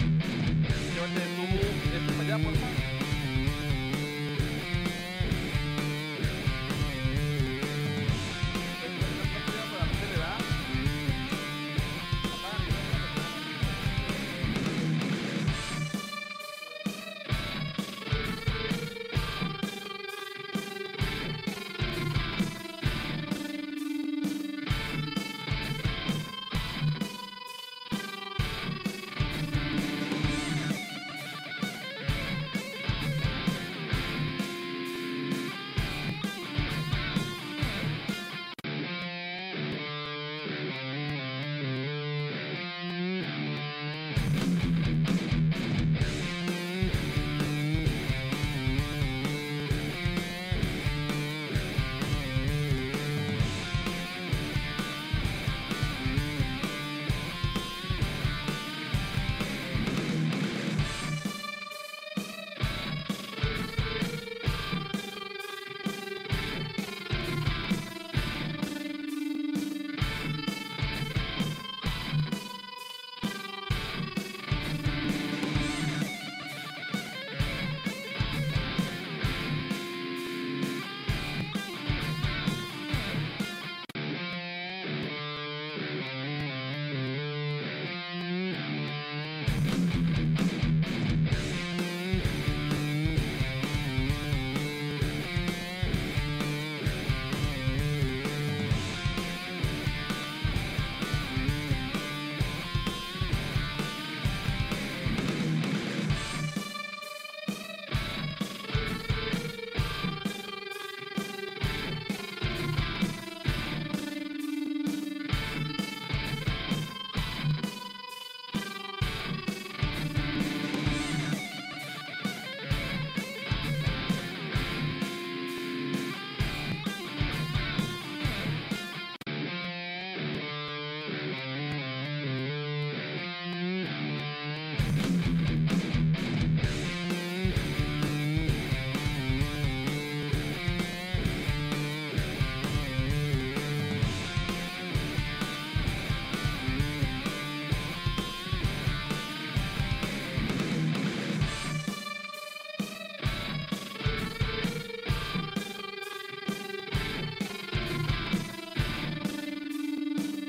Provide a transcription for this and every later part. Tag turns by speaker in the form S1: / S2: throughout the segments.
S1: Llévate tú esto para allá, por favor.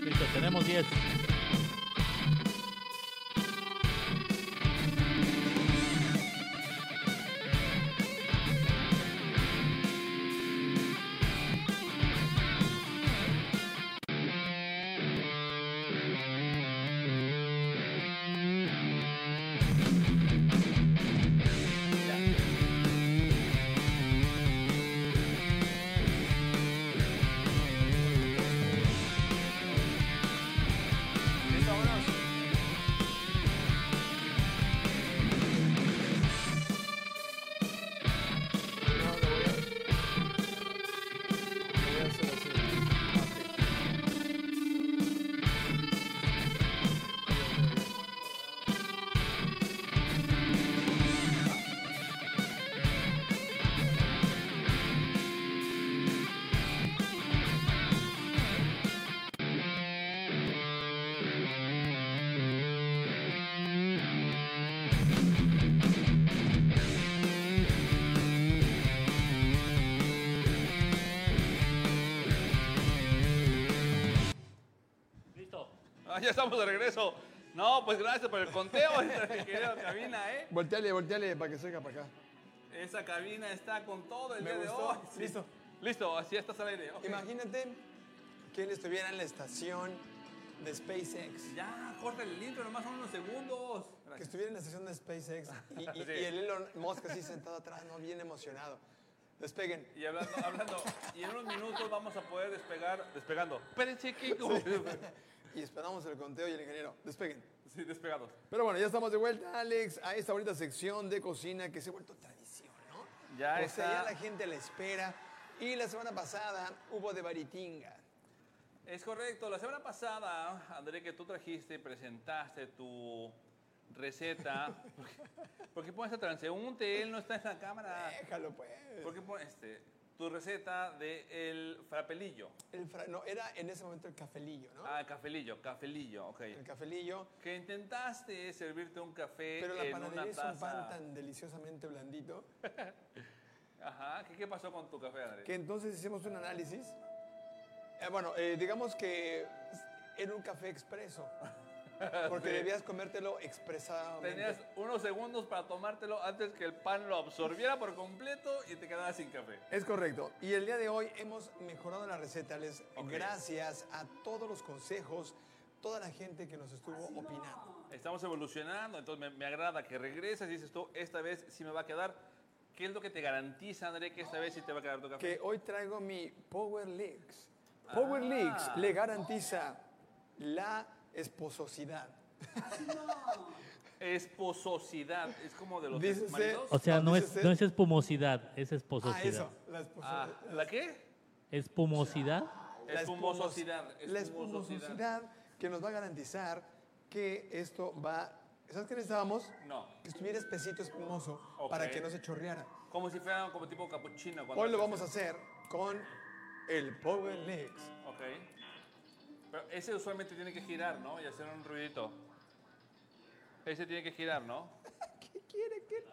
S2: Listo, tenemos 10.
S1: Listo, vámonos. No, lo voy a- lo voy a hacer así.
S2: Listo.
S1: Ah, ya estamos de regreso. No, pues gracias por el conteo, mi querido cabina, ¿eh?
S3: Volteale, volteale para que salga para acá.
S1: Esa cabina está con todo el
S4: Me
S1: día
S4: gustó.
S1: de hoy. Sí.
S4: Listo.
S1: Listo, así estás al aire. Ok.
S4: Imagínate que él estuviera en la estación de SpaceX.
S1: Ya, corta el intro, nomás son unos segundos.
S4: Que
S1: Gracias.
S4: estuviera en la estación de SpaceX y, y-
S1: Sí.
S4: y el Elon Musk así sentado atrás, no bien emocionado. Despeguen.
S1: Y hablando, hablando, y en unos minutos vamos a poder despegar, despegando. Espérense, Kiko.
S4: Y esperamos el conteo y el ingeniero. Despeguen.
S1: Sí, despegados.
S3: Pero bueno, ya estamos de vuelta, Alex, a esta bonita sección de cocina que se ha vuelto tradición, ¿no?
S1: Ya
S4: o
S1: está.
S4: sea, ya la gente la espera. Y la semana pasada hubo de Baritinga.
S1: Es correcto. La semana pasada, André, que tú trajiste y presentaste tu receta. ¿Por qué, por qué pones a transeúnte? Él no está en la cámara.
S4: Déjalo pues.
S1: ¿Por qué pones este? tu receta de el frapelillo.
S4: El fra- no, era en ese momento el cafelillo, ¿no?
S1: Ah, cafelillo, cafelillo, ok.
S4: El cafelillo.
S1: Que intentaste servirte un café
S4: Pero la
S1: Eh, en una
S4: panadería es
S1: taza.
S4: un pan tan deliciosamente blandito
S1: Ajá, ¿Qué, qué pasó con tu café, Andrés?
S4: que entonces hicimos un análisis. Eh, bueno, eh, digamos que era un café expreso. Porque debías comértelo expresadamente.
S1: Tenías unos segundos para tomártelo antes que el pan lo absorbiera por completo y te quedabas sin café.
S4: Es correcto. Y el día de hoy hemos mejorado la receta. Les
S1: Ok.
S4: gracias a todos los consejos, toda la gente que nos estuvo opinando.
S1: Estamos evolucionando, entonces me, me agrada que regreses y dices tú, esta vez sí me va a quedar. ¿Qué es lo que te garantiza, André, que esta vez sí te va a quedar tu café?
S4: Que hoy traigo mi Power Leaks.
S1: Ah.
S4: Power Leaks le garantiza la espososidad.
S1: Espososidad, es como de los
S4: Dícese-
S1: maridos.
S2: O sea,
S4: No,
S2: no
S4: dice
S2: es,
S4: ser-
S2: no es espumosidad, es espososidad.
S4: Ah, eso, la espososidad.
S1: Ah, ¿La qué?
S2: ¿Espumosidad?
S4: La espumos-
S1: Espumosidad.
S4: La espumosidad que nos va a garantizar que esto va... ¿Sabes qué necesitábamos?
S1: No.
S4: Que estuviera espesito, espumoso,
S1: Ok.
S4: para que no se chorreara.
S1: Como si fuera como tipo capuchino. cuando
S4: Hoy lo
S1: haces-
S4: vamos a hacer con el Power Leaks.
S1: Ok. Pero ese usualmente tiene que girar, ¿no? Y hacer un ruidito. Ese tiene que girar, ¿no?
S4: ¿Qué quiere? ¿Qué?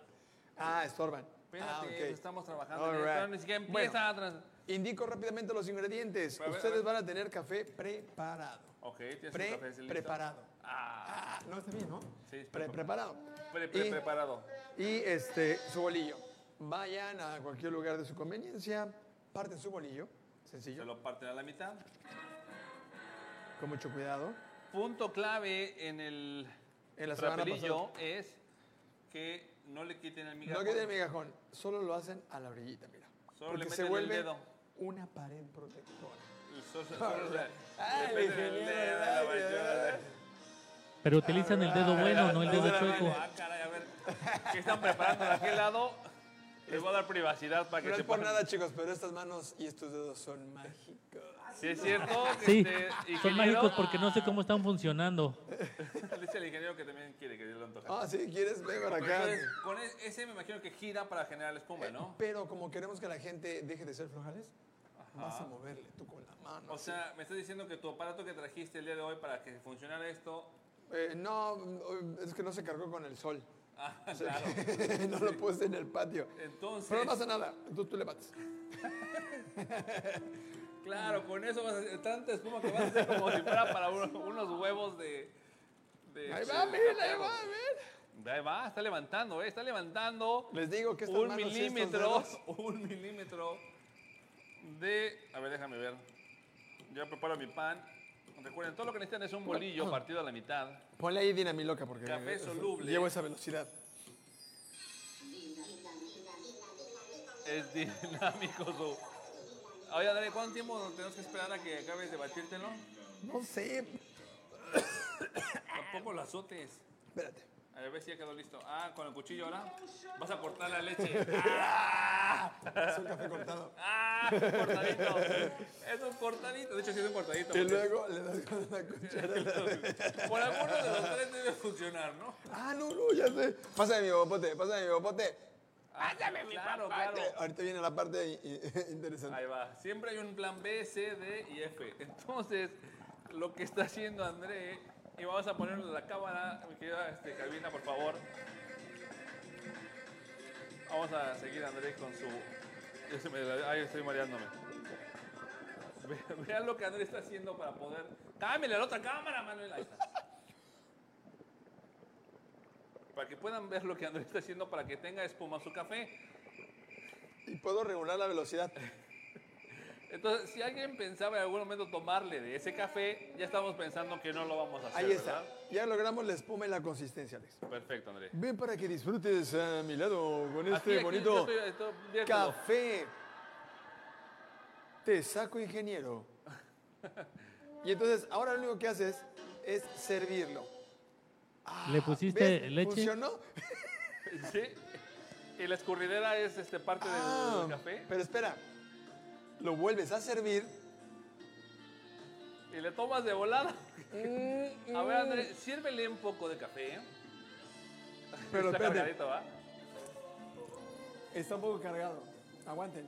S4: Ah, estorban.
S1: Espérate,
S4: ah, ok.
S1: estamos trabajando.
S4: All
S1: en esto,
S4: right.
S1: Ni siquiera
S4: Bueno,
S1: empieza a trans-
S4: indico rápidamente los ingredientes.
S1: A ver, a
S4: Ustedes
S1: ver.
S4: van a tener café preparado.
S1: Ok, tienes
S4: Pre-
S1: un café listo.
S4: preparado.
S1: Ah,
S4: Ah, no está bien, ¿no?
S1: Sí, está
S4: Pre-
S1: bien.
S4: preparado.
S1: pre- pre-
S4: Y-
S1: preparado.
S4: Y este, su bolillo. Vayan a cualquier lugar de su conveniencia, parten su bolillo,
S1: Se
S4: sencillo,
S1: lo parten a la mitad.
S4: con mucho cuidado.
S1: Punto clave en el
S4: En la semana
S1: papelillo es que no le quiten el migajón.
S4: No quede el migajón, solo lo hacen a la orillita, mira.
S1: Solo le
S4: porque
S1: meten
S4: se
S1: el
S4: vuelve
S1: dedo.
S4: una pared protectora.
S1: Y solo- solo- solo-
S4: Ay,
S1: le meten el
S4: ingeniero,
S1: dedo a la
S4: ay,
S1: bañera.
S4: ay,
S2: Pero utilizan el dedo bueno, no el dedo
S1: Ahora,
S2: chueco.
S1: Ah, caray, a ver. ¿Qué están preparando de aquel lado? Les voy a dar privacidad para que
S4: No es por
S1: sepan.
S4: nada, chicos, pero estas manos y estos dedos son mágicos.
S1: Ah, Sí, es cierto.
S2: Sí,
S1: este,
S2: son
S1: ingeniero. Ah,
S2: mágicos porque no sé cómo están funcionando.
S1: Dice el ingeniero que también quiere que yo lo antoje.
S4: Ah, si quieres, ven para acá.
S1: Entonces, con e- ese me imagino que gira para generar la espuma, ¿no?
S4: Pero como queremos que la gente deje de ser flojales, vas a moverle tú con la mano.
S1: O sea, me estás diciendo que tu aparato que trajiste el día de hoy para que funcionara esto.
S4: Eh, no, mm, es que no se cargó con el sol.
S1: Ah,
S4: O sea,
S1: claro.
S4: que no lo puse en el patio.
S1: Entonces,
S4: Pero no pasa nada, tú, tú le bates.
S1: claro, con eso vas a hacer tanta espuma que vas a hacer como si fuera para uno- unos huevos de. de-
S4: Ahí va,
S1: de-
S4: miren, ahí va, miren.
S1: Ahí va, está levantando, ¿eh? Está levantando.
S4: Les digo que estas
S1: un
S4: manos y estos
S1: milímetro,
S4: dedos-
S1: un milímetro de... A ver, déjame ver. Ya preparo mi pan. Recuerden, todo lo que necesitan es un bolillo partido a la mitad.
S4: Ponle ahí dinamiloca porque
S1: Café
S4: eh,
S1: soluble.
S4: llevo esa velocidad.
S1: Es dinámico su... Oye, André, ¿cuánto tiempo tenemos que esperar a que acabes de batírtelo?
S4: No sé,
S1: Tampoco lo azotes.
S4: espérate.
S1: A ver si ya quedó listo. Ah, con el cuchillo ahora. Vas a cortar la leche. ¡Ah!
S4: Es un café cortado.
S1: ¡Ah! Cortadito. Es un cortadito. De hecho, sí es un cortadito.
S4: Y
S1: porque-
S4: luego le das con la cuchara.
S1: Por alguno de los tres debe funcionar, ¿no?
S4: Ah, no, no, ya sé. Pásame mi bopote, pásame mi bopote.
S1: Hágame mi Ah, Claro, claro.
S4: Eh, Ahorita viene la parte i- i- interesante.
S1: Ahí va. Siempre hay un plan B, C, D y F. Entonces, lo que está haciendo André, y vamos a ponerlo en la cámara, mi querida este, cabina, por favor. Vamos a seguir a André con su. Yo se me- ay, estoy mareándome. Ve- Vean lo que André está haciendo para poder. Cámbiale a la otra cámara, Manuel. Ahí está. Para que puedan ver lo que André está haciendo para que tenga espuma su café.
S4: Y puedo regular la velocidad.
S1: Entonces, si alguien pensaba en algún momento tomarle de ese café, ya estamos pensando que no lo vamos a hacer.
S4: Ahí está.
S1: ¿verdad?
S4: Ya logramos la espuma y la consistencia, Alex.
S1: Perfecto, André.
S4: Ven para que disfrutes a mi lado con este
S1: Aquí, aquí,
S4: bonito
S1: yo estoy- estoy- ya estuvo.
S4: café. Te saco, ingeniero. Y entonces, ahora lo único que haces es servirlo.
S2: ¿Le pusiste
S4: ¿Ves?
S2: leche?
S4: ¿Funcionó?
S1: Sí. Y la escurridera es este, parte del-
S4: Ah,
S1: del, café.
S4: Pero espera, lo vuelves a servir.
S1: Y le tomas de volada.
S4: Mm,
S1: A ver, André, sírvele un poco de café. ¿eh?
S4: Pero
S1: está
S4: espérate.
S1: cargadito, ¿va?
S4: Está un poco cargado. Aguanten.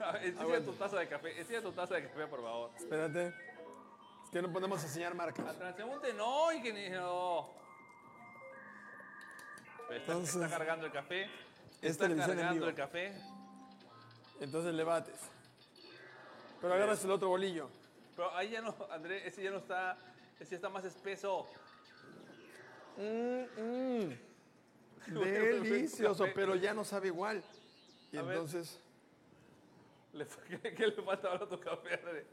S1: A
S4: Ah,
S1: ver, Enseña tu taza de café. Enseña tu taza de café, por favor.
S4: Espérate. Es que no podemos enseñar
S1: Al
S4: marcas.
S1: transeúnte no, ingeniero. Está,
S4: Entonces,
S1: está cargando el café.
S4: es
S1: Está
S4: televisión en
S1: cargando
S4: vivo.
S1: el café.
S4: Entonces le bates. Pero agarras el otro bolillo.
S1: Pero ahí ya no, André, ese ya no está. Ese ya está más espeso.
S4: Delicioso,
S1: Café.
S4: pero ya no sabe igual. Y
S1: A ver.
S4: entonces,
S1: Le- ¿Qué, qué le falta ahora a tu café, André?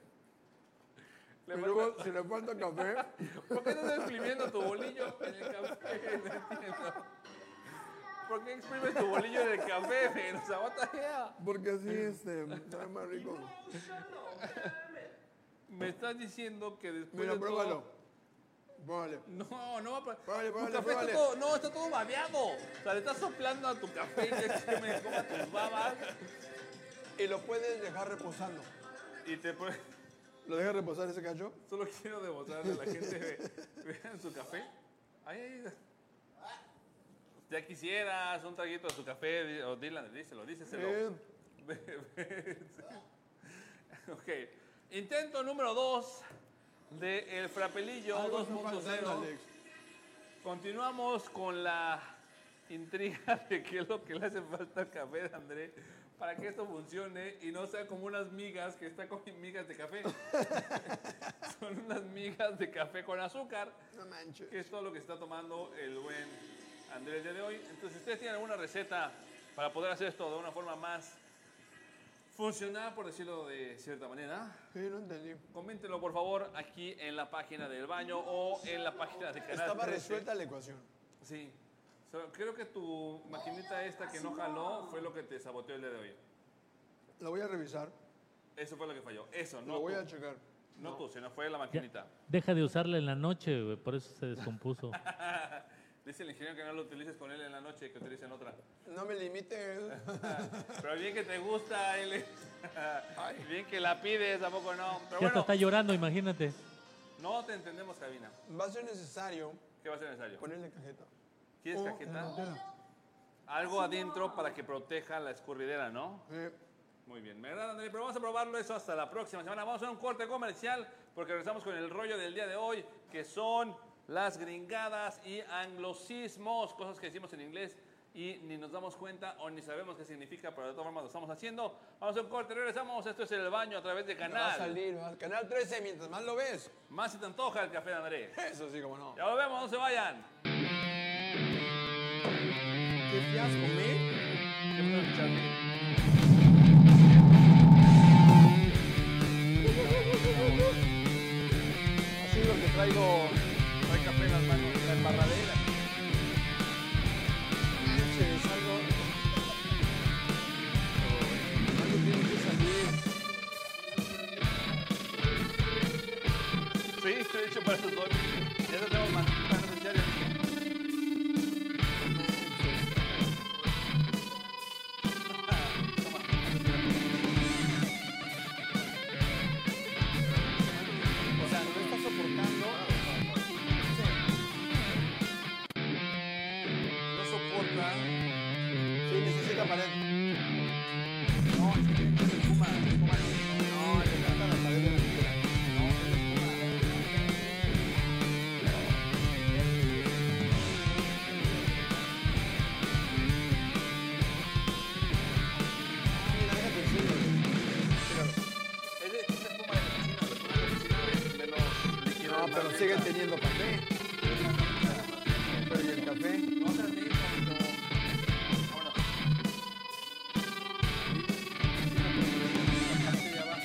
S1: Le
S4: pero
S1: falta-
S4: luego, si le falta café,
S1: ¿Por qué no estás exprimiendo tu bolillo en el café? No entiendo. ¿Por qué exprimes tu bolillo en el café? men? O sea, what the hell?
S4: porque así este, sabe más rico.
S1: Me estás diciendo que después
S4: Mira,
S1: de todo-
S4: pruébalo. Pruébalo.
S1: No, no va a probar.
S4: Pruébale,
S1: Tu
S4: pruébale,
S1: café
S4: pruébale.
S1: Está todo, no, está todo babeado. O sea, le estás soplando a tu café y te que me coma tus babas.
S4: Y lo puedes dejar reposando.
S1: Y te pones...
S4: ¿Lo dejas reposar ese cacho?
S1: Solo quiero demostrarle a la gente, ve- vean su café. Ay, ay, ay. Ya quisieras un traguito de su café, di- o Dylan, díselo, díselo.
S4: Bien.
S1: ok. Intento número 2 del Frapelillo
S4: Algo está faltando,
S1: 2.0.
S4: Alex.
S1: Continuamos con la intriga de qué es lo que le hace falta al café de André para que esto funcione y no sea como unas migas que está con migas de café. Son unas migas de café con azúcar,
S4: No manches.
S1: que es todo lo que está tomando el buen André el día de hoy. Entonces, si ustedes tienen alguna receta para poder hacer esto de una forma más funcional, por decirlo de cierta manera,
S4: Sí, no entendí.
S1: coméntenlo por favor aquí en la página del baño o en la página de Canal
S4: Estaba
S1: 13.
S4: resuelta la ecuación.
S1: Sí. So, creo que tu
S4: Oh,
S1: maquinita esta que no jaló fue lo que te saboteó el día de hoy.
S4: La voy a revisar.
S1: Eso fue lo que falló. Eso, no
S4: Lo voy
S1: tú.
S4: a checar.
S1: No tú, sino fue la
S2: Ya,
S1: maquinita.
S2: deja de usarla en la noche, güey, por eso se descompuso.
S1: Dice el ingeniero que no lo utilices con él en la noche, que utilicen otra.
S4: No me ¿eh? limites.
S1: Pero bien que te gusta, él. bien que la pides, tampoco no. Pero
S2: Ya hasta
S1: bueno,
S2: está llorando, imagínate.
S1: no te entendemos, cabina.
S4: Va a ser necesario
S1: ¿Qué va a ser necesario?
S4: ponerle cajeta.
S1: ¿Quieres
S4: O
S1: cajeta?
S4: delantera.
S1: Algo adentro para que proteja la escurridera, ¿no?
S4: Sí.
S1: Muy bien, me agrada, André, pero vamos a probarlo eso hasta la próxima semana. Vamos a un corte comercial porque regresamos con el rollo del día de hoy, que son las gringadas y anglosismos, cosas que decimos en inglés y ni nos damos cuenta o ni sabemos qué significa, pero de todas formas lo estamos haciendo. Vamos a un corte, regresamos. Esto es el baño a través de
S4: Va a
S1: canal.
S4: salir al canal 13 mientras más lo ves.
S1: Más si te antoja el café de André.
S4: Eso sí, como no.
S1: Ya lo vemos, no se vayan.
S4: ¿Qué fiasco, me? Así es lo que traigo. Trae café en las manos, la embarradera. Manches, algo. Algo tiene que salir.
S1: Sí, de hecho, para estos dos. Ya tenemos más. más en serio.
S4: O sea, no está soportando.
S1: No soporta.
S4: Sí, necesita pared.
S1: No, es que tiene que ser espuma, espuma de-
S4: No, le encanta la pared de la escuela. Ah, mira, déjate decirlo.
S1: Es de esa espuma de la cocina, la espuma de la cocina de- de los líquidos
S4: No,
S1: más
S4: Ah, pero
S1: lentas.
S4: sigue teniendo café. Pero ¿y el café?
S1: No, o sea, sí, como- como- Vámonos. La parte de abajo,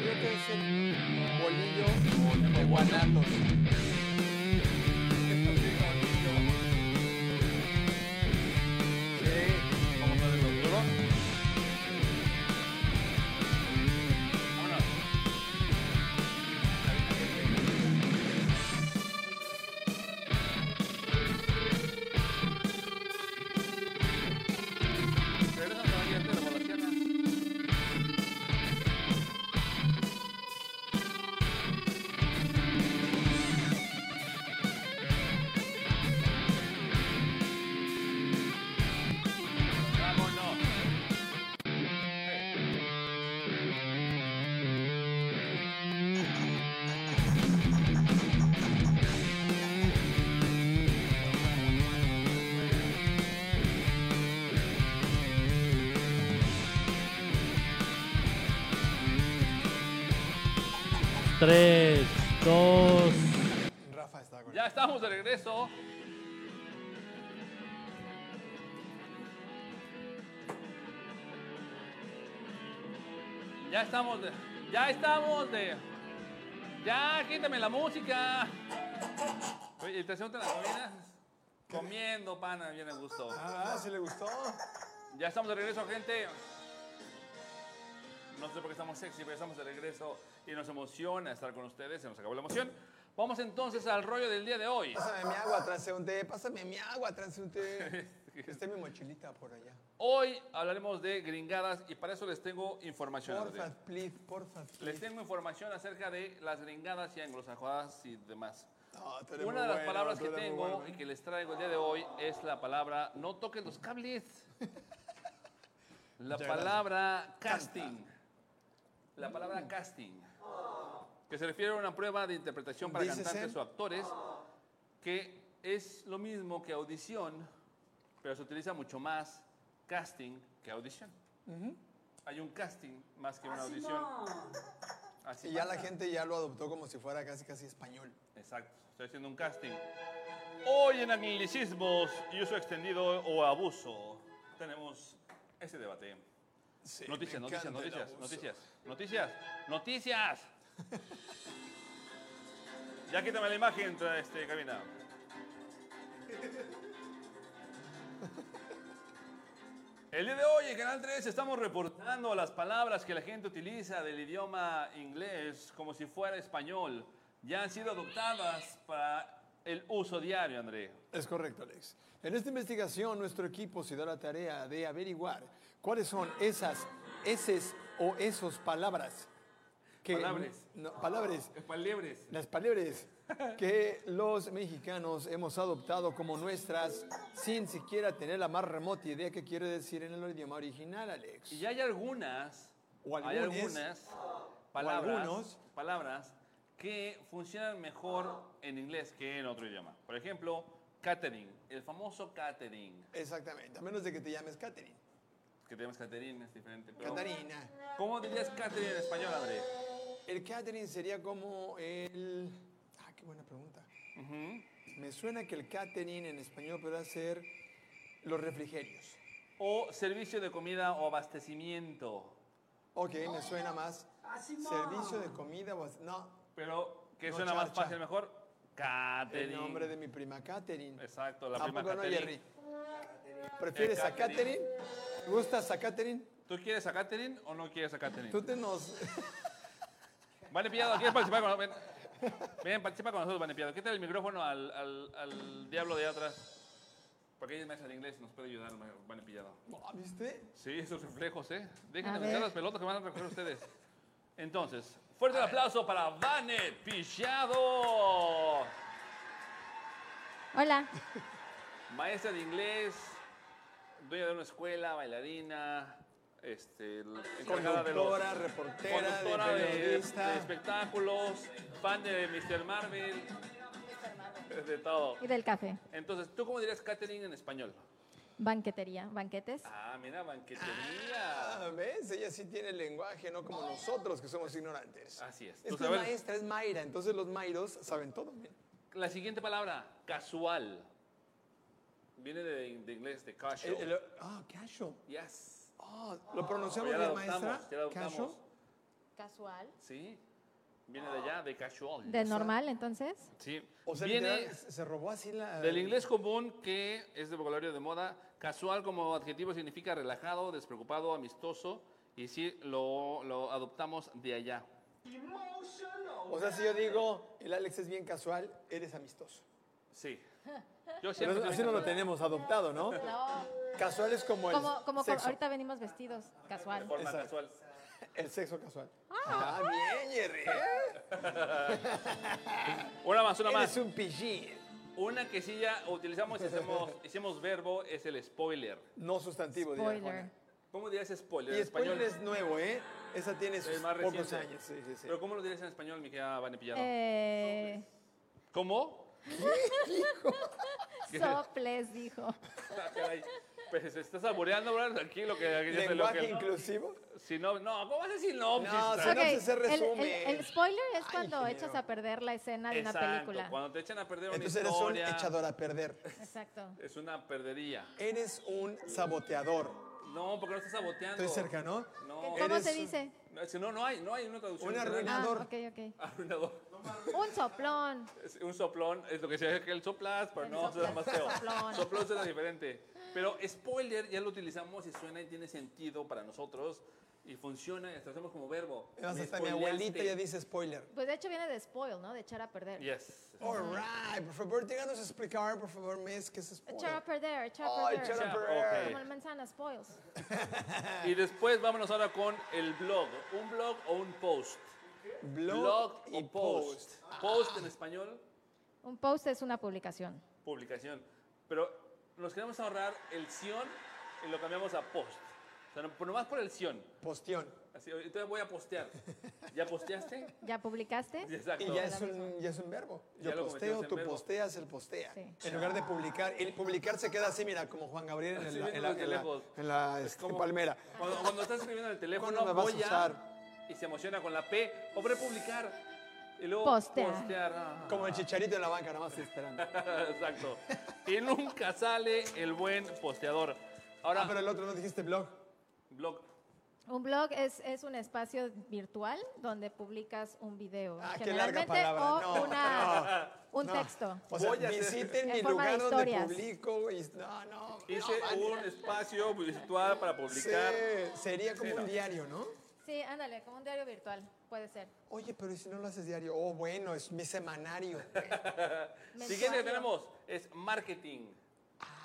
S4: Creo que es el bolillo de guanatos. Sí,
S1: como para el doctorón. Vámonos. Regresan a la siguiente, la valenciana.
S2: 3, 2,
S4: Rafa está con
S1: Ya estamos de regreso. Ya estamos de. Ya estamos de. Ya, quítame la música. Oye, ¿y te hacemos la comida? Comiendo pana, bien a gusto.
S4: Ah, sí le gustó.
S1: Ya estamos de regreso, gente. No sé por qué estamos sexy, pero estamos de regreso y nos emociona estar con ustedes. Se nos acabó la emoción. Vamos entonces al rollo del día de hoy.
S4: Pásame mi agua, transeúnte. Pásame mi agua, transeúnte. Está en mi mochilita por allá.
S1: Hoy hablaremos de gringadas y para eso les tengo información.
S4: Porfa, please, porfa,
S1: Les
S4: please.
S1: tengo información acerca de las gringadas y anglosajonas y demás.
S4: No, tú eres
S1: Una
S4: muy
S1: de las
S4: bueno,
S1: palabras
S4: tú
S1: que
S4: eres muy
S1: tengo
S4: bueno.
S1: y que les traigo el día de hoy es la palabra no toquen los cables. La palabra casting. La palabra casting. Que se refiere a una prueba de interpretación para
S4: Dícese.
S1: cantantes o actores que es lo mismo que audición, pero se utiliza mucho más casting que audición. Hay un casting más que una audición. Así
S4: Y ya la
S1: pasa.
S4: gente ya lo adoptó como si fuera casi casi español.
S1: Exacto, estoy haciendo un casting. Hoy en anglicismos y uso extendido o abuso tenemos ese debate.
S4: Sí,
S1: Noticias,
S4: me
S1: noticias,
S4: encanta el
S1: noticias,
S4: abuso.
S1: noticias, noticias, noticias. ya quítame la imagen, tra- este, cabina. El día de hoy en Canal 3 estamos reportando las palabras que la gente utiliza del idioma inglés como si fuera español. Ya han sido adoptadas para el uso diario, André.
S4: Es correcto, Alex. En esta investigación, nuestro equipo se da la tarea de averiguar cuáles son esas eses o esos palabras. Que,
S1: Palabres.
S4: No, palabras.
S1: Espalibres.
S4: Las palabras que los mexicanos hemos adoptado como nuestras sin siquiera tener la más remota idea qué quiere decir en el idioma original, Alex.
S1: Y ya hay algunas,
S4: O
S1: hay
S4: algunos.
S1: algunas palabras,
S4: algunos.
S1: palabras que funcionan mejor en inglés que en otro idioma. Por ejemplo, catering, el famoso catering,
S4: Exactamente, a menos de que te llames Catherine.
S1: que tenemos catering, es diferente. pero-
S4: Catarina.
S1: ¿Cómo dirías catering en español, André?
S4: El catering sería como el... Ah, qué buena pregunta. Me suena que el catering en español podrá ser los refrigerios.
S1: O servicio de comida o abastecimiento,
S4: Ok, me suena más
S1: Ah,
S4: servicio de comida. o as- No,
S1: pero que
S4: No,
S1: suena más
S4: charcha.
S1: fácil, mejor catering.
S4: el nombre de mi prima Catherine.
S1: Exacto, la
S4: ¿A
S1: prima
S4: poco no,
S1: catering.
S4: Jerry? ¿Prefieres a
S1: Catherine.
S4: Catherine? ¿Te gustas a Catherine?
S1: ¿Tú quieres a catering o no quieres a catering?
S4: Tú te nos...
S1: Vale Piado, ¿quieres participar con nosotros? Ven, Ven, participa con nosotros, Vale Piado. Quítale el micrófono al, al, al diablo de atrás. Porque ella es maestra de inglés y nos puede ayudar, Vale Pillado.
S4: Ah, ¿Viste?
S1: Sí, esos reflejos, ¿eh? Dejen
S5: A
S1: de buscar
S5: ver.
S1: las pelotas que van a recoger ustedes. Entonces, fuerte el aplauso para Vane Pillado,
S5: Hola,
S1: maestra de inglés, dueña de una escuela, bailarina, este, encargada de los-
S4: Conductora, reportera, de
S1: conductora de,
S4: periodista.
S1: de espectáculos, fan de Mr. Marvel, de todo.
S5: y del café.
S1: Entonces, ¿tú cómo dirías catering en español?
S5: Banquetería, banquetes.
S1: Ah, mira, banquetería.
S4: Ah, ¿Ves? Ella sí tiene el lenguaje, no como nosotros que somos ignorantes.
S1: Así es.
S4: Es
S1: Tú
S4: que es
S1: sabes.
S4: maestra, es Mayra, entonces los Mayros saben todo. men.
S1: La siguiente palabra, casual. Viene de, de inglés, de casual.
S4: El- el- Ah, casual.
S1: yes.
S4: Ah, ¿Lo pronunciamos
S1: Ya la
S4: bien,
S1: adoptamos,
S4: maestra?
S1: ya la adoptamos.
S4: Casual.
S5: Casual.
S1: Sí. Viene de allá, de casual.
S5: De normal, entonces.
S1: Sí.
S4: O sea,
S1: Viene
S4: literal, se robó así la...
S1: del inglés común, que es de vocabulario de moda. Casual como adjetivo significa relajado, despreocupado, amistoso. Y sí, lo, lo adoptamos de allá.
S4: O sea, si yo digo, el Alex es bien casual, eres amistoso.
S1: Sí. Yo
S4: Pero
S1: siempre...
S4: así no lo tenemos adoptado, ¿no?
S5: No.
S4: Casual es como el
S5: Como, como
S4: Oh, pues, sexo.
S5: ahorita venimos vestidos, casual.
S1: Forma
S4: Exacto.
S1: casual.
S4: El sexo casual. Ah, bien, Jerry.
S1: Una más, una más.
S4: Eres un pillín.
S1: Una que sí ya utilizamos y hacemos, hicimos verbo es el spoiler.
S4: No sustantivo, diría
S5: Spoiler.
S4: Juana.
S1: ¿Cómo dirías spoiler
S4: Y
S1: en español?
S4: spoiler es nuevo, ¿eh? Esa tiene sus
S1: Es más
S4: pocos
S1: reciente.
S4: años. Sí, sí, sí.
S1: ¿Pero cómo lo dirías en español, mi querida Vane Pillado?
S5: Eh,
S1: ¿Cómo?
S5: soples, dijo.
S1: Ah, caray. Pues se está saboreando, brother, aquí lo que... aquí ya sé lo
S4: ¿Lenguaje
S1: que-
S4: inclusivo?
S1: Si no, no, ¿cómo vas a decir sinopsis?
S4: No,
S1: brother?
S4: si no-
S5: Ok,
S4: se- se
S5: el- el,
S4: resume.
S5: el spoiler es
S4: Ay,
S5: cuando
S4: ingeniero.
S5: echas a perder la escena de
S1: Exacto,
S5: una película.
S1: cuando te echan a perder una
S4: Entonces eres un
S1: historia,
S4: echador a perder.
S5: Exacto.
S1: es una perdería.
S4: Eres un saboteador.
S1: No, porque no estás saboteando.
S4: Estoy cerca, ¿no?
S1: No,
S5: ¿Cómo
S4: eres
S5: se
S4: un-
S5: dice?
S1: no, es que no, no hay, no hay una traducción.
S4: Un
S1: literal.
S4: arruinador.
S5: Ah,
S4: Ganador.
S5: ok, ok.
S1: Arruinador.
S5: Un soplón.
S1: Es Un soplón, es lo que se dice que el soplas, pero
S5: El
S1: no, suena más
S5: soplas,
S1: feo.
S5: soplón.
S1: Soplón suena diferente. Pero spoiler ya lo utilizamos y suena y tiene sentido para nosotros y funciona y hasta hacemos como verbo.
S4: Además,
S1: Me
S4: hasta mi abuelita ya dice spoiler.
S5: Pues de hecho viene de spoil, ¿no? De echar a perder.
S1: Yes.
S4: All right, por favor, díganos a explicar, por favor, Miss, qué es
S5: Echar a
S4: spoiler.
S5: perder, echar a
S4: Oh,
S5: perder.
S4: echar
S1: Ya,
S4: a perder.
S1: ok.
S5: Como el manzana, spoils.
S1: Y después vámonos ahora con el blog. ¿Un blog o un post? Blog,
S4: y
S1: o post. Post en español,
S5: Un post es una publicación.
S1: publicación. Pero nos queremos ahorrar el Sion y lo cambiamos a post. O sea, no- por- nomás por el Sion.
S4: Postión.
S1: Así, entonces voy a postear. ¿Ya posteaste?
S5: ¿Ya publicaste?
S1: Exacto.
S4: Y ya es, un, ya es un verbo.
S1: Ya
S4: Yo
S1: lo convertimos
S4: posteo,
S1: en
S4: tú
S1: verbo.
S4: posteas, él postea.
S5: Sí.
S4: En lugar de publicar, el publicar se queda así, mira, como Juan Gabriel
S1: Así
S4: en la, en
S1: viendo
S4: la-
S1: desde
S4: en la-
S1: lejos.
S4: en la, este, palmera.
S1: Cuando, cuando estás escribiendo en el teléfono,
S4: ¿Cuándo me vas a
S1: voy a-
S4: usar?
S1: y se emociona con la P, o publicar. Y luego
S5: Postear.
S1: postear. Ah,
S4: Como el chicharito en la banca, nada más esperando.
S1: Exacto. Y nunca sale el buen posteador. Ahora,
S4: Ah, pero el otro no dijiste blog.
S1: blog.
S5: Un blog es, es un espacio virtual donde publicas un video.
S4: Ah, qué larga
S5: generalmente
S4: palabra.
S5: o
S4: No,
S5: una, un
S4: No.
S5: texto.
S4: O sea,
S1: Voy a hacer-
S4: visiten
S5: En
S4: mi
S5: forma de
S4: lugar donde
S5: historias.
S4: publico. güey. No, no.
S1: Hice un espacio virtual para publicar.
S4: Sí, sería como un diario, ¿no?
S5: Sí, ándale, como un diario virtual, puede ser.
S4: Oye, pero ¿y si no lo haces diario? Oh, bueno, es mi semanario.
S1: Siguiente
S5: Mensuario.
S1: que tenemos es marketing,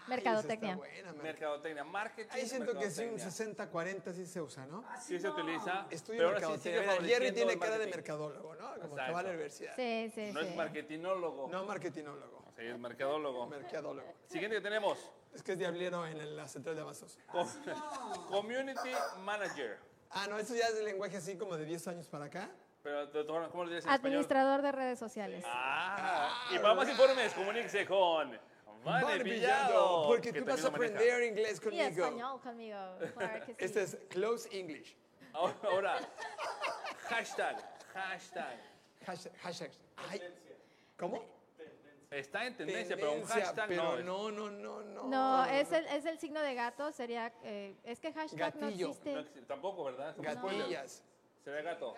S5: Mercadotecnia.
S4: Ay, esa está buena, man.
S1: mercadotecnia, marketing.
S4: Ahí siento que sí, un
S1: mercadotecnia.
S4: 60-40 sí se usa, ¿no?
S1: Sí se utiliza.
S4: Estudio
S1: pero ahora sí sigue
S4: mercadotecnia. Mira, Jerry
S1: favoreciendo
S4: tiene
S1: el
S4: cara de
S1: marketing.
S4: mercadólogo, ¿no? Como que va a
S1: Exacto.
S4: la universidad.
S5: Sí, sí,
S1: No
S5: sí.
S1: es marketinólogo.
S4: No marketinólogo,
S1: Sí, es mercadólogo.
S4: mercadólogo.
S1: Siguiente que tenemos,
S4: Es que es diablero en el- la central de abastos.
S1: com- community manager.
S4: Ah, no, eso ya es el lenguaje así como de 10 años para acá.
S1: Pero, de todas formas, ¿cómo lo dices en español?
S5: Administrador de redes sociales.
S1: Ah, y para más informes, comuníquese con Vane
S4: Vale,
S1: Pillado.
S4: porque
S1: que
S4: tú
S1: también
S4: vas a
S1: lo maneja.
S4: aprender inglés
S5: Y
S4: conmigo.
S5: español conmigo. claro que sí.
S4: Este es Close English.
S1: Ahora, ahora, hashtag, hashtag.
S4: Hashtag. hashtag. Ay, ¿Cómo?
S1: Está en tendencia, pero un
S4: Tendencia,
S1: hashtag
S4: pero
S1: no. es-
S4: no, no, no, no.
S5: No, es el, es el signo de gato, sería... eh, es que hashtag
S4: Gatillo.
S5: no
S1: no
S5: existe.
S1: existe- tampoco, ¿verdad? Es un spoiler.
S4: Gatillas.
S1: Se ve gato.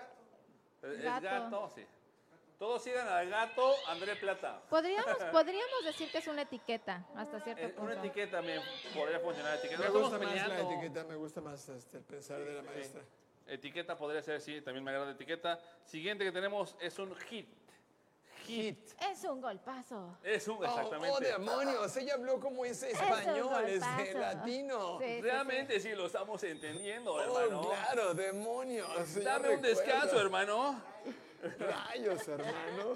S1: ¿Es
S5: Gato.
S1: gato? Sí. Todos sigan al gato André Plata.
S5: Podríamos, podríamos decir que es una etiqueta, hasta cierto
S1: Eh,
S5: punto.
S1: Una etiqueta también podría funcionar. Etiqueta.
S4: Me
S1: No
S4: gusta
S1: estamos
S4: más la
S1: peleando.
S4: etiqueta, me gusta más este, el pensar de la maestra.
S1: Etiqueta podría ser, sí, también me agrada etiqueta. Siguiente que tenemos es un hit. Hit.
S5: Es un golpazo.
S1: Es un, exactamente.
S4: Oh, oh, demonios, ella habló como es español, es de
S5: golpazo.
S4: latino.
S5: Sí, sí, sí.
S1: Realmente sí lo estamos entendiendo, hermano.
S4: Oh, claro, demonios. yo
S1: Dame un
S4: recuerdo.
S1: descanso, hermano.
S4: Rayos, hermano.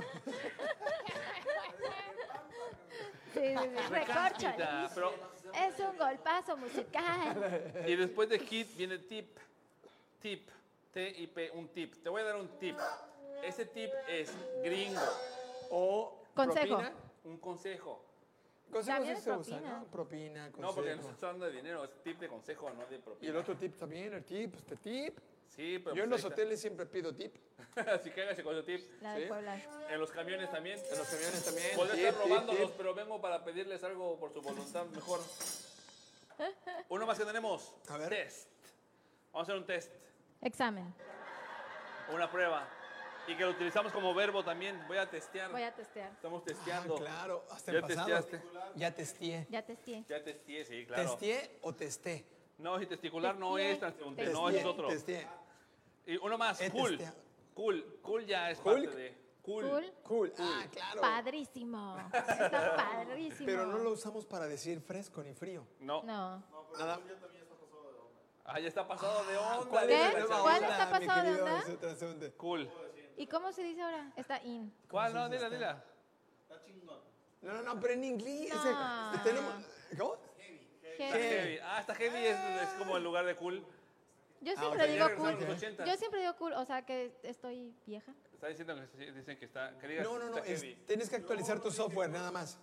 S5: Sí, sí, sí. Recórcholis.
S1: Cáspita, pero-
S5: Es un golpazo musical.
S1: y después de hit viene tip. Tip. T-I-P, un tip. Te voy a dar un tip. Ese tip es gringo.
S4: O
S5: Consejo.
S4: propina.
S1: Un consejo.
S4: Consejo
S5: También
S4: sí
S5: es
S4: se usa,
S5: propina.
S4: ¿no? Propina, consejo.
S1: No, porque no estamos hablando de dinero, es tip de consejo, no de
S4: Y
S1: propina.
S4: el otro tip también, el tip, este tip.
S1: Sí, pero
S4: Yo en
S1: pues
S4: los
S1: ahí
S4: hoteles siempre pido tip.
S1: está. Así que hágase con su tip.
S5: La de
S4: Sí.
S5: Puebla.
S1: En los camiones también.
S4: En los camiones también.
S1: Podría
S4: tip,
S1: estar
S4: tip,
S1: robándolos,
S4: tip.
S1: pero vengo para pedirles algo por su voluntad mejor. Uno más que tenemos.
S4: A ver.
S1: Test. Vamos a hacer un test,
S5: Examen.
S1: una prueba. Y que lo utilizamos como verbo también. Voy a testear.
S5: Voy a testear.
S1: Estamos
S4: Ah,
S1: testeando.
S4: claro, hasta
S1: Ya
S4: el pasado.
S1: testeaste.
S4: Ya testeé.
S5: Ya testeé.
S1: Ya testeé, sí, claro.
S4: ¿Testeé o testé?
S1: No, y testicular no
S5: Testeé.
S1: es transeúnte, no, ese es
S4: Testeé,
S1: otro.
S4: Testeé.
S1: Y uno más,
S4: He
S1: cool.
S4: testeado.
S1: Cool, cool ya es
S4: Cool.
S1: parte de. Cool.
S5: Cool.
S4: Cool. Ah, claro.
S5: Padrísimo. Está padrísimo.
S4: Pero no lo usamos para decir fresco ni frío.
S1: No.
S5: No.
S4: Nada.
S1: Ah, ya está pasado de onda.
S4: ¿Cuál
S1: dice
S5: ¿Qué?
S4: es
S1: el
S4: la nueva
S1: transeúnte.
S5: ¿Cuál
S4: onda,
S5: está
S4: mi
S5: pasado de
S4: querido
S5: onda?
S4: ese transeúnte?
S1: Cool.
S5: ¿Y cómo se dice ahora? Está in.
S1: ¿Cuál? No, dila, dila.
S4: No, no, no, pero en inglés. eh,
S5: No.
S4: Tenemos, ¿Cómo?
S5: Heavy.
S1: Está heavy. Ah, está heavy es, es como el lugar de cool.
S5: Yo
S4: Ah, o
S5: siempre
S4: sea, ya
S5: digo
S1: regresaron los
S5: cool.
S1: ochentas.
S5: Yo siempre digo cool, o sea que estoy vieja.
S1: Está diciendo que sí, dicen que está. Que digas
S4: No, no, no.
S1: que está
S4: es-
S1: heavy.
S4: tienes que actualizar tu software, nada más.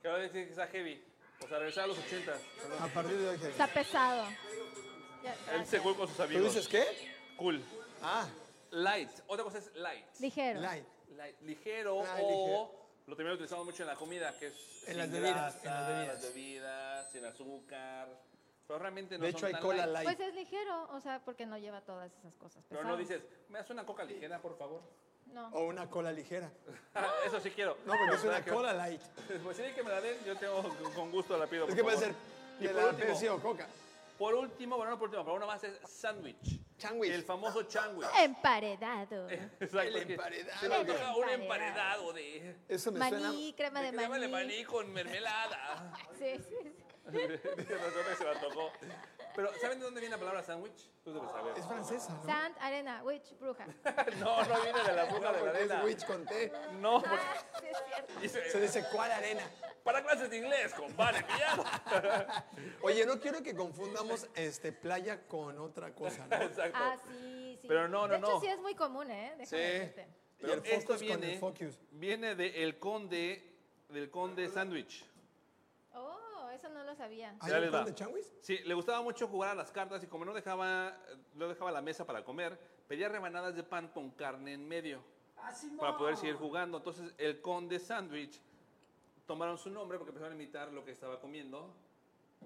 S1: Que ahora dicen que está heavy. O sea, regresar a los 80.
S4: A partir de hoy, Javi.
S5: Está pesado. Ya,
S1: Él se
S5: gracias.
S1: cool con sus
S4: ¿Tú
S1: amigos.
S4: dices qué?
S1: Cool.
S4: Ah,
S1: Light. Otra cosa es light.
S5: Ligero.
S4: light.
S1: Light. Ligero
S4: Ah,
S1: o
S4: ligero.
S1: lo también lo utilizamos mucho en la comida, que es
S4: En las
S1: sin grasa,
S4: bebidas, en las bebidas.
S1: bebidas, sin azúcar. Pero realmente no
S4: De
S1: son
S4: hecho, hay
S1: tan
S4: cola
S1: light.
S4: light.
S5: Pues es ligero, o sea, porque no lleva todas esas cosas.
S1: Pero no
S5: pesadas.
S1: dices, ¿me das una coca ligera, por favor?
S5: No.
S4: O una cola ligera.
S1: Eso sí quiero.
S4: No, porque es
S1: Nada
S4: una
S1: que-
S4: cola light.
S1: Pues sí, que me la den, yo tengo con gusto la pido.
S4: Es
S1: por
S4: que puede
S1: favor.
S4: ser
S1: Y
S4: de
S1: por
S4: la
S1: último,
S4: Pepsi o Coca.
S1: Por último, bueno, no por último, pero una más es sándwich.
S4: Sándwich.
S1: El famoso sándwich.
S5: Emparedado.
S1: Exacto.
S4: El
S1: que
S4: emparedado.
S1: Se me antoja un
S5: El
S1: emparedado de...
S4: Eso me
S5: Maní, crema
S1: de
S5: de
S1: crema de
S5: maní.
S1: maní con mermelada.
S5: Sí, sí, sí.
S1: Dice Rosana que se la tocó. Pero, ¿saben de dónde viene la palabra sándwich? Tú debes saber.
S4: suena. Es francesa, ¿no?
S5: Sand, arena, witch, bruja.
S1: No, no viene de la
S4: No,
S1: bruja de la
S4: porque
S1: arena.
S4: es witch con té.
S1: No, porque
S5: Ah, sí, es cierto.
S1: dice,
S4: Se dice cuál arena.
S1: para clases de inglés, compadre, pillado.
S4: Oye, no quiero que confundamos este playa con otra cosa, ¿no?
S1: Exacto.
S5: Ah, sí, sí.
S1: Pero no, no,
S5: de hecho,
S1: no.
S5: sí es muy común, ¿eh? Déjame decirte.
S1: Este, Pero
S4: y el
S1: esto
S4: focus con
S1: viene,
S4: el focus.
S1: viene de el conde, del conde sándwich.
S5: Oh, eso no lo sabía.
S4: ¿Hay
S1: Ya
S4: un
S1: les
S4: pan
S1: va.
S4: de changuis?
S1: Sí, le gustaba mucho jugar a las cartas y como no dejaba, no dejaba la mesa para comer, pedía rebanadas de pan con carne en medio
S4: Ah,
S1: para poder seguir jugando. Entonces el conde sándwich tomaron su nombre porque empezaron a imitar lo que estaba comiendo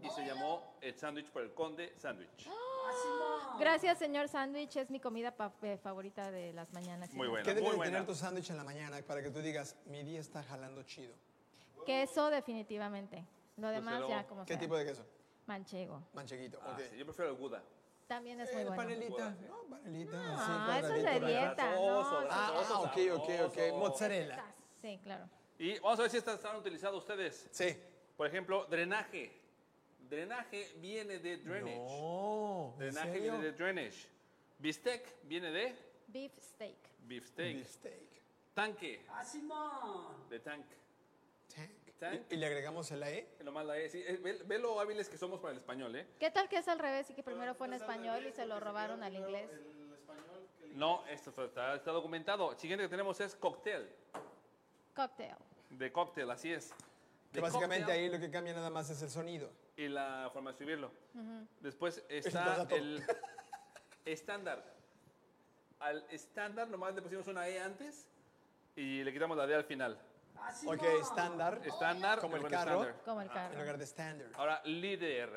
S1: y se llamó el sándwich por el conde sándwich.
S4: Ah.
S5: Gracias, señor sándwich. Es mi comida pa- eh, favorita de las mañanas.
S1: Muy buena,
S4: ¿Qué debe
S1: muy
S4: de
S1: buena.
S4: tener tu sándwich en la mañana para que tú digas, mi día está jalando chido?
S5: Queso, definitivamente. Lo demás
S1: Pues luego,
S5: ya como
S4: ¿Qué
S5: sea.
S4: tipo de queso?
S5: Manchego.
S4: Manchequito,
S1: Ah,
S4: ok.
S1: sí, yo prefiero el Gouda.
S5: También es
S4: Eh,
S5: muy bueno.
S4: panelita, no, panelita, así,
S5: Ah, eso es de
S4: cuadradito,
S5: dieta. no,
S1: Grasoso,
S5: eso-
S4: Ah, ah, ok, ok, ok.
S1: sabroso.
S4: Mozzarella.
S5: Sí, claro.
S1: Y vamos a ver si estas están utilizadas ustedes.
S4: Sí.
S1: Por ejemplo, drenaje. Drenaje viene de drainage.
S4: No, Oh, ¿en
S1: drenaje
S4: serio?
S1: viene de drainage. Bistec viene de
S5: Beef steak.
S1: beefsteak.
S4: Bistec.
S1: Tanque. De tank.
S4: Tank.
S1: Tank.
S4: Y, y le agregamos el E.
S1: Lo más la E, sí, eh, ve, ve lo hábiles que somos para el español, ¿eh?
S5: ¿Qué tal que es al revés y que primero fue en español y se lo robaron al inglés?
S1: No, esto está- está, está documentado. Siguiente que tenemos es cóctel.
S5: Cocktail.
S1: De cóctel, así es.
S4: Que
S1: De
S4: básicamente
S1: cóctel
S4: ahí lo que cambia nada más es el sonido.
S1: Y la forma de escribirlo. Después
S4: Lo
S1: está
S4: da todo.
S1: el estándar. Al estándar nomás le pusimos una E antes y le quitamos la D al final.
S4: Ok, estándar.
S1: Estándar.
S4: Como
S1: le
S4: el
S1: pones
S4: carro.
S1: estándar.
S5: Como el
S4: En
S5: carro.
S4: lugar de standard.
S1: Ahora, líder.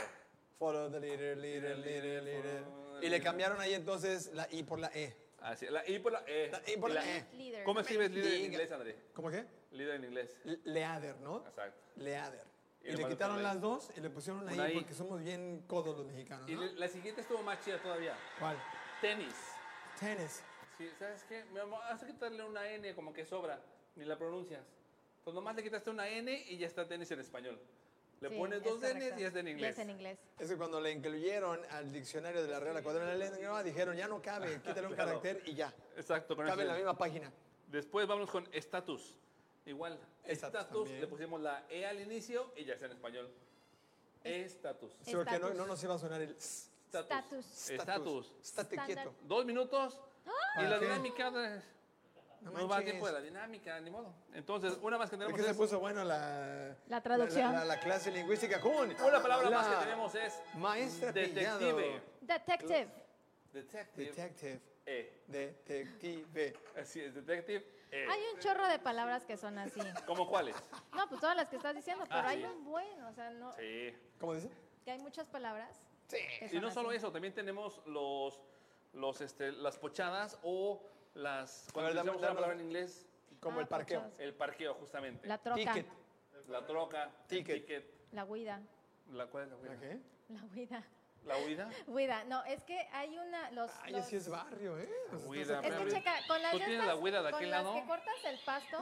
S4: Follow the leader, leader, leader, leader. Y le cambiaron ahí entonces la I por la E.
S1: Así, la I por la E.
S4: La I por
S1: Y
S4: la E.
S5: Líder.
S1: ¿Cómo escribes líder en
S4: Diga.
S1: inglés, André?
S4: ¿Cómo qué?
S1: Líder en inglés.
S4: L- Leader, ¿no?
S1: Exacto.
S4: Leader.
S1: Y
S4: Y
S1: nomás
S4: le
S1: le
S4: quitaron
S1: ponen la I.
S4: las dos y le pusieron la
S1: Una I.
S4: I porque somos bien codos los mexicanos,
S1: Y
S4: ¿no?
S1: le- la siguiente estuvo más chida todavía.
S4: ¿Cuál?
S1: Tenis.
S4: Tenis.
S1: Sí, ¿sabes qué? Mi amor, has de quitarle una N como que sobra, ni la pronuncias. Pues nomás le quitaste una N y ya está tenis en español. Le
S5: Sí,
S1: pones
S5: es
S1: dos
S5: correcto.
S1: Ns y es en
S5: Y
S1: inglés.
S5: es en inglés.
S4: Es que cuando le incluyeron al diccionario de la Real Academia Lengua, dijeron, ya no cabe, quítale un
S1: Claro.
S4: carácter y ya.
S1: Exacto, con
S4: Cabe
S1: eso
S4: en la
S1: sí.
S4: misma página.
S1: Después vamos con estatus. Igual,
S4: Estatus
S1: estatus,
S4: también.
S1: le pusimos la E al inicio y ya está en español. Estatus.
S4: Sí, porque no,
S5: Estatus.
S4: no nos iba a sonar el s-
S1: Estatus.
S5: Estatus.
S1: Estatus.
S4: Estate
S5: Estándar.
S4: quieto.
S1: Dos minutos y
S4: ¿Para
S1: la
S4: qué?
S1: dinámica. de- No,
S4: Ah, No
S1: va
S4: manches.
S1: tiempo de la dinámica, ni modo. Entonces, una más que
S4: ¿Por
S1: tenemos
S4: qué se
S1: es-
S4: puso bueno la,
S5: La traducción.
S4: La, la- la clase lingüística con
S1: Una palabra
S4: la
S1: más que tenemos es
S4: Maestra
S1: detective.
S4: Pillado.
S5: Detective.
S1: Detective.
S4: Detective.
S1: E.
S4: Detective.
S1: Así es, detective. E.
S5: Hay un chorro de palabras que son así.
S1: ¿Cómo cuáles?
S5: No, pues todas las que estás diciendo, pero
S1: Ah,
S5: hay
S1: sí.
S5: un buen, o sea, no,
S1: Sí.
S4: ¿Cómo dice?
S5: que hay muchas palabras. que
S1: Y
S5: son
S1: no solo
S5: así.
S1: eso, también tenemos los, los, este, las pochadas o las. Cuando
S4: ver, dame-
S1: utilizamos una
S4: dame-
S1: palabra en inglés,
S4: Como
S5: Ah,
S4: el parqueo.
S5: pochadas.
S1: el parqueo, justamente.
S5: La troca,
S4: Ticket.
S1: La troca,
S4: Ticket.
S1: el ticket.
S5: la huida,
S1: La, ¿Cuál es la huida?
S4: ¿La qué?
S5: la huida.
S1: ¿La huida?
S5: Huida, no, es que hay una, los...
S4: Ay,
S5: los-
S4: así es barrio, ¿eh? Nos estás
S1: Huida,
S5: Es
S4: sacando-
S5: que checa, con las,
S1: ¿Tú
S5: de
S1: Pues tienes
S5: estas-
S1: la huida de
S5: con
S1: aquel
S5: las
S1: lado?
S5: que cortas el pasto,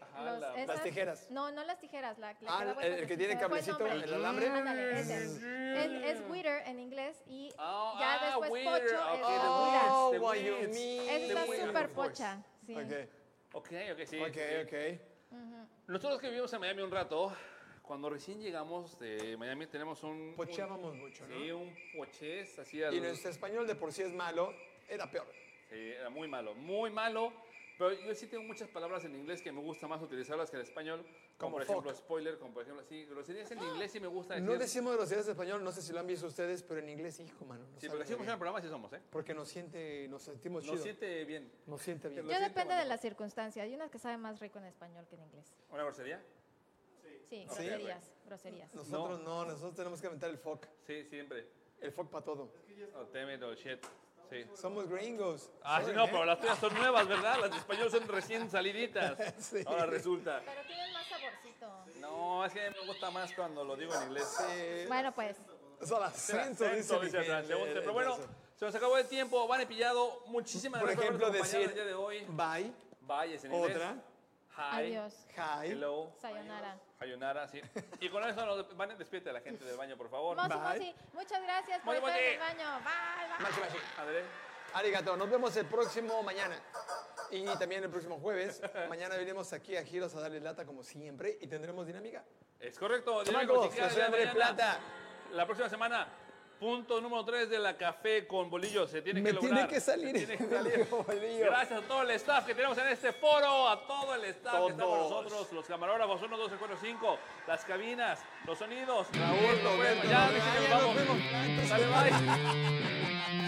S1: Ajá,
S5: los-
S1: la-
S5: esas-
S4: Las tijeras.
S5: No, no las tijeras, la,
S4: Ah,
S5: la que da
S4: el-
S5: vueltas,
S4: el
S5: se
S4: que tiene
S5: me fue
S4: cablecito,
S5: nombre.
S4: el alambre.
S5: Ándale, ese. Es, es wither en inglés y
S1: Ah,
S5: ya
S1: ah,
S5: después
S1: wither,
S5: pocho
S1: ok,
S5: es
S1: the
S5: la huida.
S1: weeds,
S4: Oh,
S1: the
S4: what you
S1: weeds.
S4: mean.
S5: Esa
S1: the
S5: está
S1: weird
S5: súper
S1: voice.
S5: pocha, sí.
S4: Ok,
S1: Ok, ok, sí.
S4: ok,
S1: sí.
S4: ok.
S1: Nosotros que vivimos en Miami un rato, cuando recién llegamos de Miami tenemos un...
S4: Pocheábamos mucho,
S1: un-
S4: ¿no?
S1: Sí, un pochés, así al-
S4: Y nuestro español de por sí es malo, era peor.
S1: sí, era muy malo, muy malo. Pero yo sí tengo muchas palabras en inglés que me gusta más utilizarlas que en español. Como,
S4: Como
S1: por ejemplo,
S4: fuck.
S1: spoiler, como por ejemplo, sí, groserías
S5: Ah.
S1: en inglés sí me gusta decir.
S4: No decimos groserías en español, no sé si lo han visto ustedes, pero en inglés, hijo, mano. no
S1: sí,
S4: saben
S1: porque así como
S4: bien.
S1: funciona el programa, sí somos, ¿eh?
S4: Porque nos siente, nos sentimos
S1: Nos
S4: chido.
S1: siente bien.
S4: Nos siente bien.
S1: Lo
S5: Yo
S1: siento,
S5: depende de
S1: Manuel.
S5: las circunstancias. Hay unas que saben más rico en español que en inglés.
S1: ¿Una grosería?
S5: Sí,
S1: Ok,
S5: groserías, groserías.
S4: Nosotros no. nosotros tenemos que aventar el fuck.
S1: Sí, siempre.
S4: El fuck para todo.
S1: Oh, damn it, oh, shit. Sí.
S4: Somos gringos.
S1: Ah, sí,
S4: Sorry,
S1: no,
S4: ¿eh?
S1: pero las tuyas son nuevas, ¿verdad? Las de español son recién saliditas.
S4: Sí.
S1: Ahora resulta.
S5: Pero tienen más saborcito.
S1: No, es que a mí me gusta más cuando lo digo en inglés.
S5: Bueno, pues.
S4: Son las
S1: Acento, dice
S4: dice
S1: Atrás,
S4: el-
S1: le gusta.
S4: el-
S1: Pero bueno,
S4: el-
S1: se nos acabó el tiempo. Van pillado. Muchísimas
S4: Por
S1: gracias
S4: ejemplo,
S1: habernos acompañado
S4: decir
S1: el día de hoy.
S4: bye,
S1: Bye es en inglés.
S4: otra,
S1: Hi.
S5: Adiós.
S4: hi,
S1: Hello.
S5: Sayonara.
S1: Ayunara, sí. Y con eso, nos, van, despídete a la gente del baño, por favor.
S5: Mosi,
S4: Bye.
S5: Mosi, muchas gracias por
S1: Mosi,
S5: estar en el
S1: Mosi.
S5: baño. Bye, bye.
S4: machimashi.
S1: André.
S4: Arigato, nos vemos el próximo mañana. Y también el próximo jueves. Mañana venimos aquí a Giros a darle lata como siempre y tendremos dinámica.
S1: Es correcto.
S4: Chamacos,
S1: Dinámico,
S4: que se abre
S1: mañana.
S4: plata.
S1: La próxima semana, punto número 3 de la café con bolillos. Se tiene
S4: Me
S1: que lograr.
S4: tiene que
S1: Se
S4: salir.
S1: tiene que salir.
S4: Bolillo.
S1: Gracias a todo el staff que tenemos en este foro, a todo el staff que está con
S4: Todos.
S1: nosotros, los camarógrafos 1, 2, 4, 5, las cabinas, los sonidos.
S4: Raúl,
S1: Nos vemos,
S4: Roberto,
S1: ya,
S4: Roberto,
S1: Richie, nos
S4: ya nos
S1: vamos.
S4: vemos.
S1: Dale, bye.